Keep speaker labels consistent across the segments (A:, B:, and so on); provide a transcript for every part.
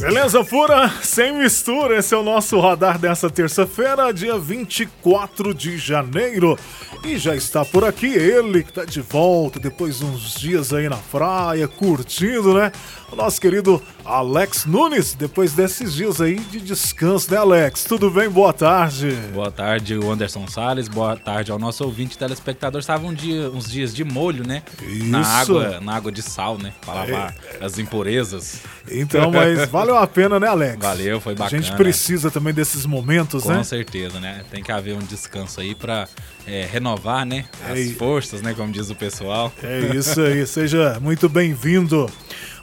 A: Beleza pura, sem mistura, esse é o nosso radar dessa terça-feira, dia 24 de janeiro. E já está por aqui ele que tá de volta depois de uns dias aí na praia, curtindo, né? O nosso querido Alex Nunes, depois desses dias aí de descanso, né, Alex? Tudo bem? Boa tarde.
B: Boa tarde, o Anderson Salles. Boa tarde ao nosso ouvinte telespectador. Estava um dia, uns dias de molho, né? Na
A: Isso. É.
B: água, na água de sal, né? Pra lavar as impurezas.
A: Então, mas valeu a pena, né, Alex?
B: Valeu, foi
A: A gente
B: bacana.
A: precisa também desses momentos,
B: Com
A: né?
B: certeza, né? Tem que haver um descanso aí pra é, renovar, né? As
A: Ei.
B: forças, né? Como diz o pessoal.
A: É isso aí, seja muito bem-vindo.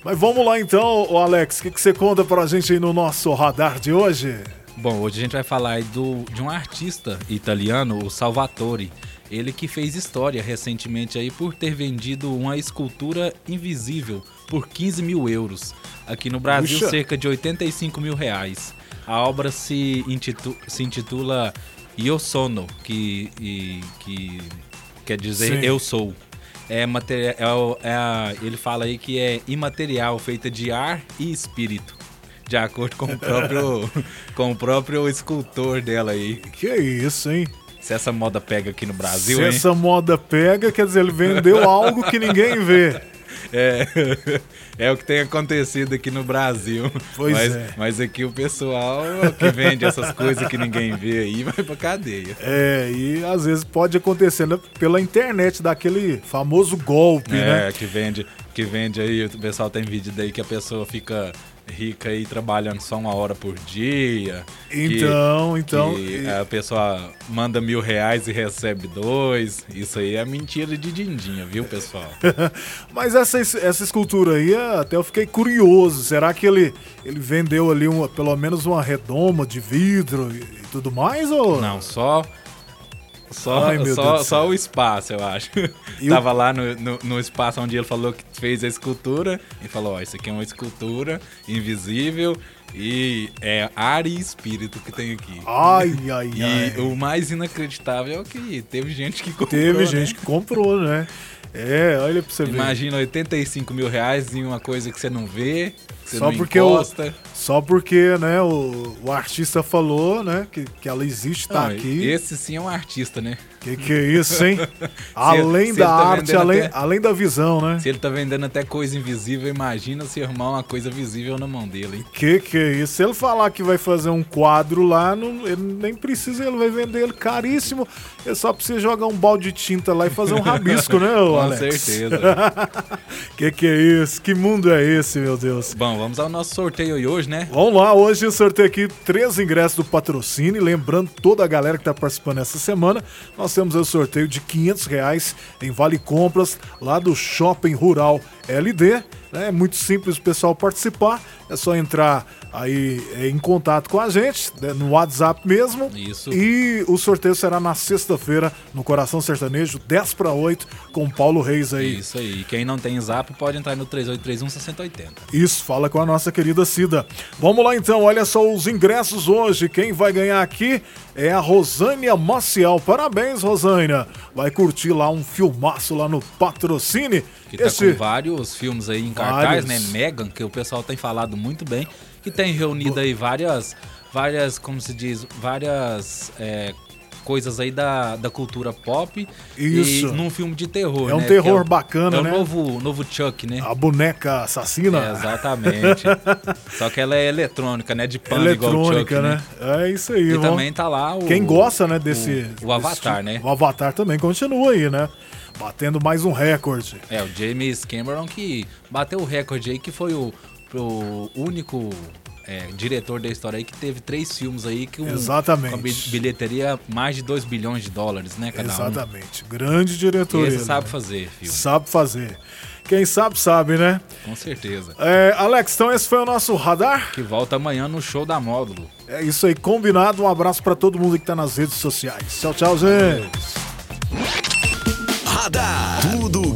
A: Mas vamos lá então, ô Alex, o que, que você conta pra gente aí no nosso radar de hoje?
B: Bom, hoje a gente vai falar aí do, de um artista italiano, o Salvatore. Ele que fez história recentemente aí por ter vendido uma escultura invisível por 15 mil euros. Aqui no Brasil,
A: Puxa.
B: cerca de 85 mil reais. A obra se, intitu- se intitula Io Sono, que, e- que quer dizer
A: Sim.
B: Eu Sou. É material, é, a- ele fala aí que é imaterial, feita de ar e espírito. De acordo com o próprio, com o próprio escultor dela aí.
A: Que isso, hein?
B: Se essa moda pega aqui no Brasil,
A: Se
B: hein?
A: essa moda pega, quer dizer, ele vendeu algo que ninguém vê.
B: É, é o que tem acontecido aqui no Brasil.
A: Pois
B: mas,
A: é.
B: mas aqui o pessoal que vende essas coisas que ninguém vê aí vai pra cadeia.
A: É, e às vezes pode acontecer né, pela internet, daquele famoso golpe, né?
B: É, que vende, que vende aí, o pessoal tem vídeo daí que a pessoa fica rica aí trabalhando só uma hora por dia. que-
A: Então, então,
B: que é.
A: e-
B: a pessoa manda mil reais e recebe dois. Isso aí é mentira de dindinha, viu, pessoal?
A: Mas essa, es- essa escultura aí, eh, até eu fiquei curioso. Será que ele, ele vendeu ali uma, pelo menos uma redoma de vidro e, e tudo mais? Ou...
B: Não, só. Só,
A: Ai, meu Deus
B: só,
A: do céu.
B: só o espaço, eu acho.
A: E o-
B: Tava lá no, no, no espaço onde ele falou que fez a escultura e falou: Ó, isso aqui é uma escultura invisível e é ar e espírito que tem aqui.
A: Ai, ai,
B: e
A: Ah, ai.
B: o mais inacreditável é que teve gente que comprou.
A: Teve
B: né?
A: gente que comprou, né? É, olha pra você ver.
B: Imagina 85 mil reais em uma coisa que você não vê, que você
A: Só
B: não
A: porque, o,
B: encosta.
A: só porque né, o, o artista falou né, que, que ela existe, tá
B: Não,
A: aqui.
B: Esse sim é um artista, né?
A: Que que é isso, hein? além
B: se
A: da
B: ele tá
A: arte,
B: vendendo
A: além,
B: até-
A: além da visão, né?
B: Se ele tá vendendo até coisa invisível, imagina se arrumar uma coisa visível na mão dele, hein?
A: Que que é isso? Se ele falar que vai fazer um quadro lá, não- ele nem precisa, ele vai vender ele caríssimo. Ele só precisa jogar um balde de tinta lá e fazer um rabisco, né, ô
B: Com
A: Alex?
B: certeza.
A: que que é isso? Que mundo é esse, meu Deus?
B: Bom, vamos ao nosso sorteio aí hoje, né?
A: Vamos lá, hoje eu sorteio aqui três ingressos do patrocínio. Lembrando toda a galera que está participando essa semana, nós temos aí o sorteio de 500 reais em Vale Compras lá do Shopping Rural LD. né? É muito simples o pessoal participar, é só entrar aí é, em contato com a gente, né, no WhatsApp mesmo.
B: Isso.
A: E o sorteio será na sexta-feira, no Coração Sertanejo, 10 para 8, com Paulo Reis aí.
B: Isso aí. Quem não tem zap pode entrar no 3831 6080.
A: Isso, fala com a nossa querida Cida. Vamos lá então, olha só os ingressos hoje. Quem vai ganhar aqui é a Rosânia Maciel. Parabéns, Rosânia. Vai curtir lá um filmaço lá no Patrocine.
B: Que tá com vários filmes aí em
A: Vários.
B: cartaz, né? Megan, que o pessoal tem falado muito bem, que tem reunido aí várias, várias, como se diz, várias é, coisas aí da, da cultura pop.
A: Isso.
B: E num filme de terror,
A: É um
B: né?
A: terror
B: Que o-
A: bacana,
B: é o
A: né?
B: novo, novo Chuck, né?
A: A boneca assassina.
B: É, exatamente. Só que ela é eletrônica, né? De pano igual o Chuck,
A: Eletrônica,
B: né?
A: né? É isso aí,
B: E
A: vamos-
B: também tá lá o...
A: Quem gosta, né, desse.
B: O, o Avatar,
A: desse- tipo-
B: né?
A: O Avatar também continua aí, né? Batendo mais um recorde.
B: É, o James Cameron que bateu o recorde aí, que foi o, o único é, diretor da história aí que teve três filmes aí que um-
A: Exatamente.
B: com a bi- bilheteria mais de 2 bilhões de dólares, né, cada
A: Exatamente. Grande
B: um.
A: diretor.
B: E
A: ele.
B: esse sabe fazer, filho.
A: Sabe fazer. Quem sabe, sabe, né?
B: Com certeza.
A: É, Alex, então esse foi o nosso radar.
B: Que volta amanhã no show da Módulo.
A: É isso aí, combinado. Um abraço pra todo mundo que tá nas redes sociais. Tchau, tchau, gente.
C: Radar. Tudo o